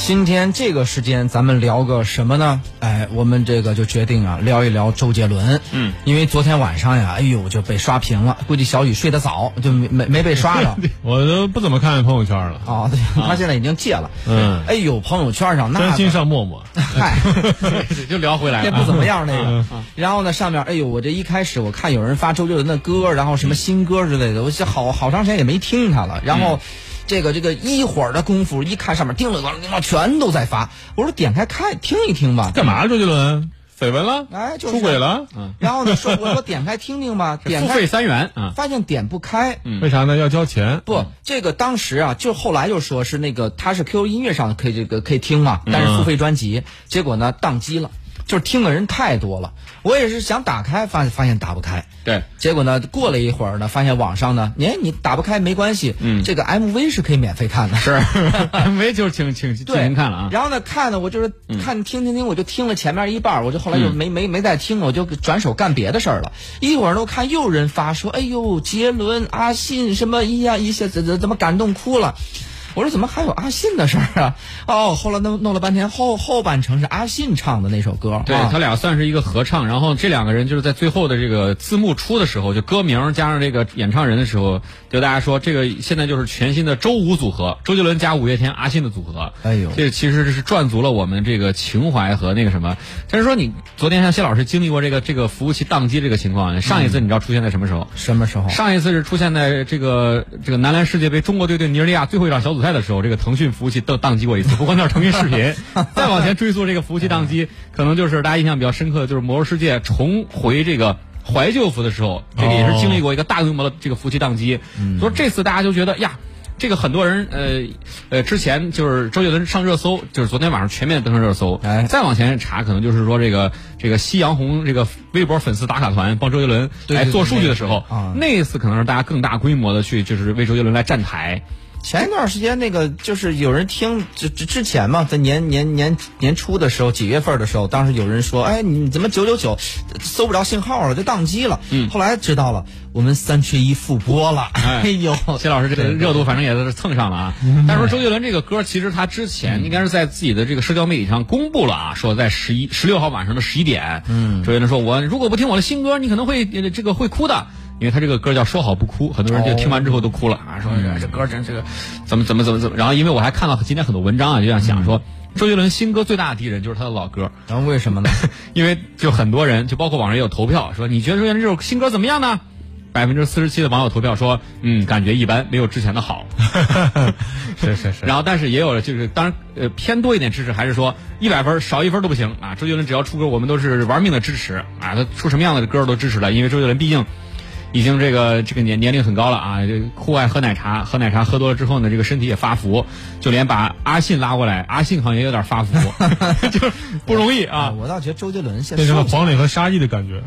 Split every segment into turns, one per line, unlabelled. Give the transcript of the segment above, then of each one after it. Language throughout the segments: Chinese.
今天这个时间咱们聊个什么呢？哎，我们这个就决定啊，聊一聊周杰伦。
嗯，
因为昨天晚上呀，哎呦就被刷屏了，估计小雨睡得早，就没没没被刷 着。
我都不怎么看朋友圈了，
哦，对，他现在已经戒了。
嗯
哎呦，朋友圈上那
专
个
心上陌陌。
嗨，
就聊回来
那
了
不
啊。
怎么样那个。然后呢，上面哎呦，我这一开始我看有人发周杰伦的歌，然后什么新歌之类的，我这好好长时间也没听他了。然后这个这个一会儿的功夫，一看上面叮了咣啷，全都在发。我说点开看听一听吧。
干嘛？周杰伦绯闻了？
哎就是
出轨了？嗯
然后呢，说我说点开听听吧，点
嗯付
开
费三元啊，
发现点不开。
嗯
为啥呢？要交钱。
不，这个当时啊，就后来就说是那个，他是 QQ 音乐上可以这个可以听嘛，但是付费专辑，结果呢宕机了，就是听的人太多了。我也是想打开，发现发现打不开。
对，
结果呢，过了一会儿呢，发现网上呢，哎，你打不开没关系，
嗯
这个 MV 是可以免费看的。
是，没就是请请请
对，
您看了啊。嗯
然后呢，看呢，我就是看听听听，我就听了前面一半儿，我就后来就没、没没再听了，我就转手干别的事儿了。一会儿呢，我看又有人发说，哎呦，杰伦、阿信什么一呀一下怎怎怎么感动哭了。我说怎么还有阿信的事儿啊？哦，后来弄弄了半天，后后半程是阿信唱的那首歌，
对
啊
他俩算是一个合唱，然后这两个人就是在最后的这个字幕出的时候，就歌名加上这个演唱人的时候，就大家说这个现在就是全新的周五组合，周杰伦加五月天、阿信的组合。
哎呦
这其实是赚足了我们这个情怀和那个什么。但是说你昨天像谢老师经历过这个这个服务器宕机这个情况，上
嗯
一次你知道出现在什么时候？
什么时候？啊
上一次是出现在这个这个男篮世界杯中国队对尼日利亚最后一场小组赛的时候，这个腾讯服务器宕宕机过一次，不过那是腾讯视 频。再往前追溯这个服务器宕机，可能就是大家印象比较深刻的就是《魔兽世界》重回这个。怀旧服的时候，这个也是经历过一个大规模的这个服务器宕机，
嗯
所以这次大家就觉得呀，这个很多人呃呃之前就是周杰伦上热搜，就是昨天晚上全面登上热搜。
哎
再往前查，可能就是说这个这个夕阳红这个微博粉丝打卡团帮周杰伦
对
来
对
哎做
对
数据的时候，
啊
那一次可能是大家更大规模的去，就是为周杰伦来站台。
前一段时间那个就是有人听之之之前嘛，在年年年年初的时候，几月份的时候，当时有人说，哎，你怎么九九九搜不着信号了，就宕机了。嗯，后来知道了，我们三缺一复播了。哎呦，
谢老师这个热度反正也是蹭上了啊。
嗯
但是说周杰伦这个歌，其实他之前应该是在自己的这个社交媒体上公布了啊，说在十一十六号晚上的十一点，嗯，周杰伦说我如果不听我的新歌，你可能会呃这个会哭的。因为他这个歌叫《说好不哭》，很多
哦
人就听完之后都哭了啊，说
嗯
这这歌真这个怎么怎么怎么怎么。然后因为我还看到今天很多文章啊，就这样
嗯
想说，周杰伦新歌最大的敌人就是他的老歌。
然后为什么呢？
因为就很多人，就包括网上也有投票说，你觉得周杰伦这首新歌怎么样呢？百分之四十七的网友投票说，嗯，感觉一般，没有之前的好。
是是是。
然后，但是也有就是，当然，呃，偏多一点支持，还是说一百分少一分都不行啊。周杰伦只要出歌，我们都是玩命的支持啊，他出什么样的歌都支持了，因为周杰伦毕竟已经这个这个年年龄很高了啊，这户外喝奶茶，喝奶茶喝多了之后呢，这个身体也发福，就连把阿信拉过来，阿信好像也有点发福， 就是不容易啊。
我倒觉得周杰伦现在
变成了
瘦
黄磊和沙溢的感觉，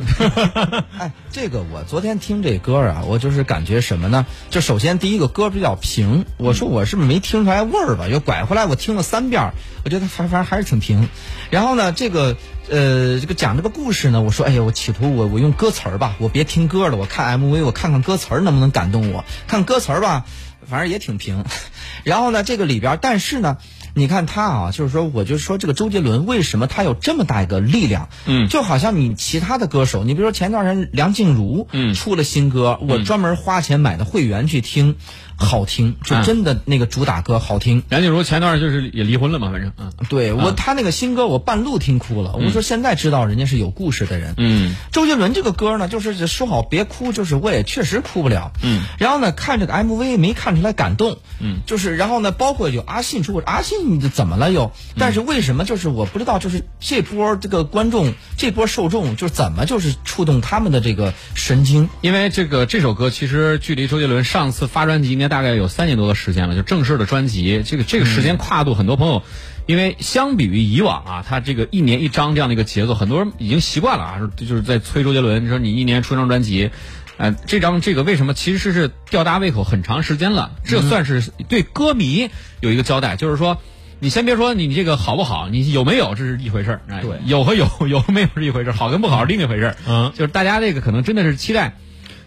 哎，这个我昨天听这歌啊，我就是感觉什么呢？就首先第一个歌比较平，我说我是不是没听出来味儿吧？又拐回来我听了三遍儿，我觉得反反正还是挺平。然后呢，这个呃这个讲这个故事呢，我说哎呀，我企图我我用歌词儿吧，我别听歌了，我看 MV，我看看歌词儿能不能感动我，看歌词儿吧。反正也挺平。 然后呢，这个里边儿，但是呢，你看他啊，就是说，我就说这个周杰伦为什么他有这么大一个力量？
嗯
就好像你其他的歌手，你比如说前段时间梁静茹，
嗯
出了新歌，我专门花钱买的会员去听，好听，就
嗯
真的那个主打歌好听。
梁静茹前段就是也离婚了嘛，反正嗯
对我，他那个新歌我半路听哭了。我说现在知道人家是有故事的人。
嗯，
周杰伦这个歌呢，就是说好别哭，就是我也确实哭不了。嗯，然后呢，看这个 MV 没看出来感动。嗯，就是然后呢，包括有阿信出过，阿信你怎么了又？但是为什么就是我不知道，就是这波这个观众，这波受众就是怎么就是触动他们的这个神经？
因为这个这首歌其实距离周杰伦上次发专辑应该大概有三年多的时间了，就正式的专辑，这个这个时间跨度，很多朋友。因为相比于以往啊，他这个一年一张这样的一个节奏，很多人已经习惯了啊，说就是在催周杰伦，说你一年出一张专辑，呃，这张这个为什么其实是吊大家胃口很长时间了？这算是对歌迷有一个交代，就是说，你先别说你这个好不好，你有没有这是一回事儿，哎
对
有和有有和没有是一回事儿，好跟不好是另一回事儿，
嗯
就是大家这个可能真的是期待。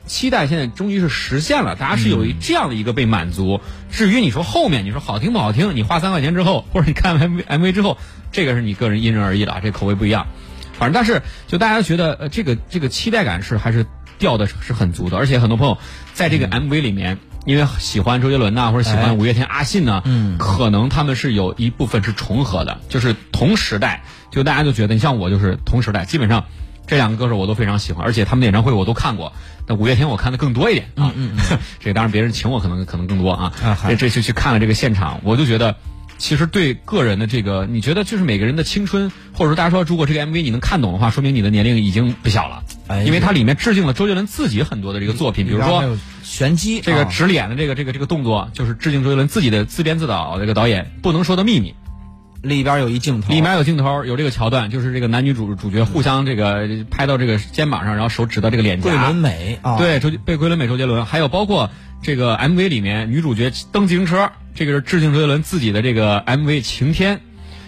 期待现在终于是实现了，大家是有一这样的一个被满足。至于你说后面你说好听不好听，你花三块钱之后，或者你看 M M V 之后，这个是你个人因人而异的啊，这口味不一样。反正但是就大家觉得呃这个这个期待感是还是掉的是很足的，而且很多朋友在这个 MV 里面。因为喜欢周杰伦呐、或者喜
哎
欢五月天、阿信呐、嗯，可能他们是有一部分是重合的，就是同时代，就大家就觉得，你像我就是同时代，基本上这两个歌手我都非常喜欢，而且他们的演唱会我都看过。那五月天我看的更多一点啊，嗯嗯 这个当然别人请我可能可能更多啊，
啊嗨
这这次去看了这个现场，我就觉得。其实对个人的这个，你觉得就是每个人的青春，或者说大家说，如果这个 MV 你能看懂的话，说明你的年龄已经不小了，
哎
因为它里面致敬了周杰伦自己很多的这个作品，比如
然后还
说
有玄机，
这个
啊
指脸的这个这个这个动作，就是致敬周杰伦自己的自编自导这个导演《不能说的秘密》，
里边有一镜头，
里面有镜头，有这个桥段，就是这个男女主主角互相这个拍到这个肩膀上，然后手指到这个脸颊。
桂纶镁啊，，
对，周杰被桂纶镁、周杰伦，还有包括这个 MV 里面女主角蹬自行车，这个是致敬周杰伦自己的这个 MV《晴天》。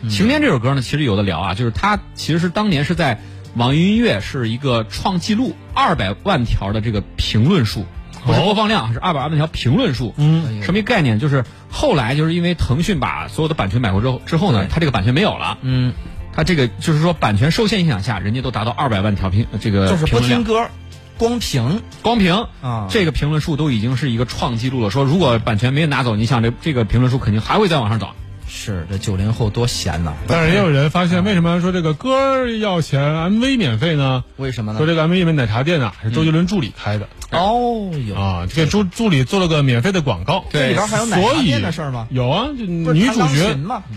嗯
《晴天》这首歌呢，其实有的聊啊，就是它其实是当年是在网易云音乐是一个创纪录二百万条的这个评论数，不是播放量，是二百万条评论数。
哦嗯，
什么一概念？就是后来就是因为腾讯把所有的版权买回之后之后呢
对，
它这个版权没有了，
嗯，
它这个就是说版权受限影响下，人家都达到二百万条评这个
嗯就是
评
不
论
听
量
歌，光评
光屏
啊，
这个评论数都已经是一个创纪录了。说如果版权没有拿走，你想这这个评论数肯定还会再往上涨。
是这九零后多闲呐，
但是也有人发现，为什么说这个歌儿要钱，MV 免费呢？
为什么
嗯
呢
说？这个 MV 里面奶茶店啊，是周杰伦助理开的
哦哟，
啊，这个助助理做了个免费的广告。
这里
嗯对
边还有奶
所
茶
以
店的事儿吗？
有啊，就
不是
女
谭
主
当
角
群吗？嗯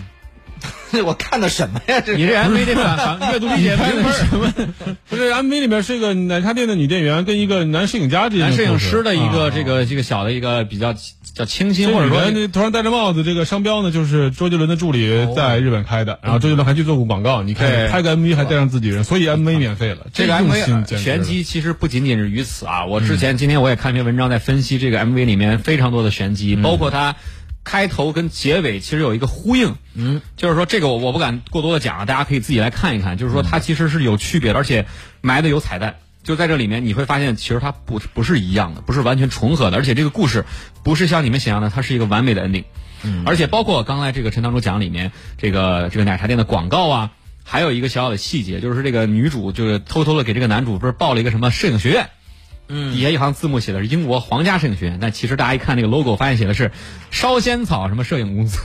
我看的什么呀？这
你这 MV 这反反阅读理解
你拍的
评分
什不是 MV 里面是一个奶茶店的女店员跟一个男摄影家之间
男
的
摄影师的一
故事啊
个这个这个小的一个比较叫清新，
这
或者
女
说
人这头上戴着帽子，这个商标呢就是周杰伦的助理在日本开的，然后周杰伦还去做过广告，你看
哦对
拍个 MV 还带上自己人，所以 MV 免费了，嗯
这个
用心
MV
简直
玄机其实不仅仅是于此啊。我之前今天我也看一篇文章在分析这个 MV 里面非常多的玄
嗯
机，包括它。开头跟结尾其实有一个呼应，嗯，就是说这个我我不敢过多的讲啊，大家可以自己来看一看。就是说它
嗯
其实是有区别的，而且埋的有彩蛋，就在这里面你会发现，其实它不不是一样的，不是完全重合的，而且这个故事不是像你们想象的，它是一个完美的 ending。嗯，而且包括刚才这个陈堂主讲里面这个这个奶茶店的广告啊，还有一个小小的细节，就是这个女主就是偷偷的给这个男主不是报了一个什么摄影学院，嗯，底下一行字幕写的是英国皇家摄影学院，但其实大家一看那个 logo，发现写的是烧仙草什么摄影公司。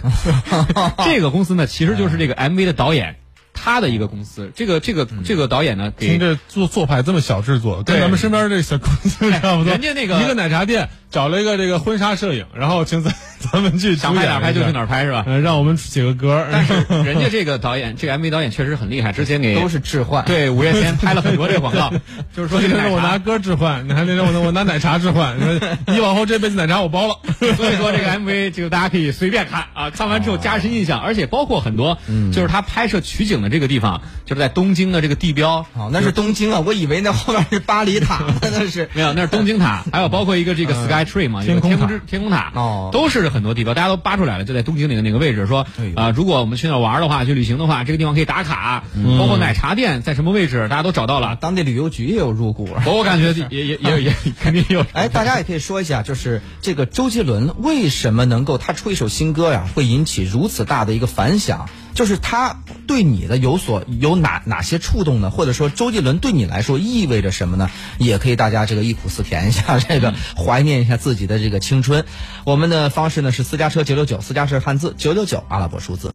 这个公司呢，其实就是这个 MV 的导演他的一个公司。这个这个这个导演呢，
听
给
这做做派这么小制作，跟
对哎
咱们身边这小公司 差不多。
人家那个
一个奶茶店找了一个这个婚纱摄影，然后请咱 咱们去
想拍哪儿拍就去哪
儿，
儿拍是吧？
呃让我们写个歌儿。
但是人家这个导演，这个 MV 导演确实很厉害，之前给
都是置换，，
对五月天拍了很多这个广告，就是说
那
这个奶
天我
茶
拿歌置换，你还那天我拿我拿奶茶置换，你说你往后这辈子奶茶我包了。
所以说这个 MV 就大家可以随便看啊，看完之后加深印象，而且包括很多，就是他拍摄取景的这个地方，就是在东京的这个地标。
哦，那是东京啊，我以为那后面是巴黎塔 呢，那是
没有，那是东京塔，还有包括一个这个 Sky Tree 嘛，有
天
个
空塔
天空之天空塔，
哦
都是很多地标，大家都扒出来了，就在东京里的那个位置。说
哎呦
啊，如果我们去那儿玩的话，去旅行的话，这个地方可以打卡，包括奶茶店在什么位置，大家都找到了。
当地旅游局也有入股。啊
我我感觉也也也也肯定有。
哎，大家也可以说一下，就是这个周杰伦为什么能够他出一首新歌呀，会引起如此大的一个反响？就是他对你的有所有哪哪些触动呢？或者说周杰伦对你来说意味着什么呢？也可以大家这个忆苦思甜一下，这个 怀念一下自己的这个青春。我们的方式呢是私家车九九九，私家车汉字九九九阿拉伯数字。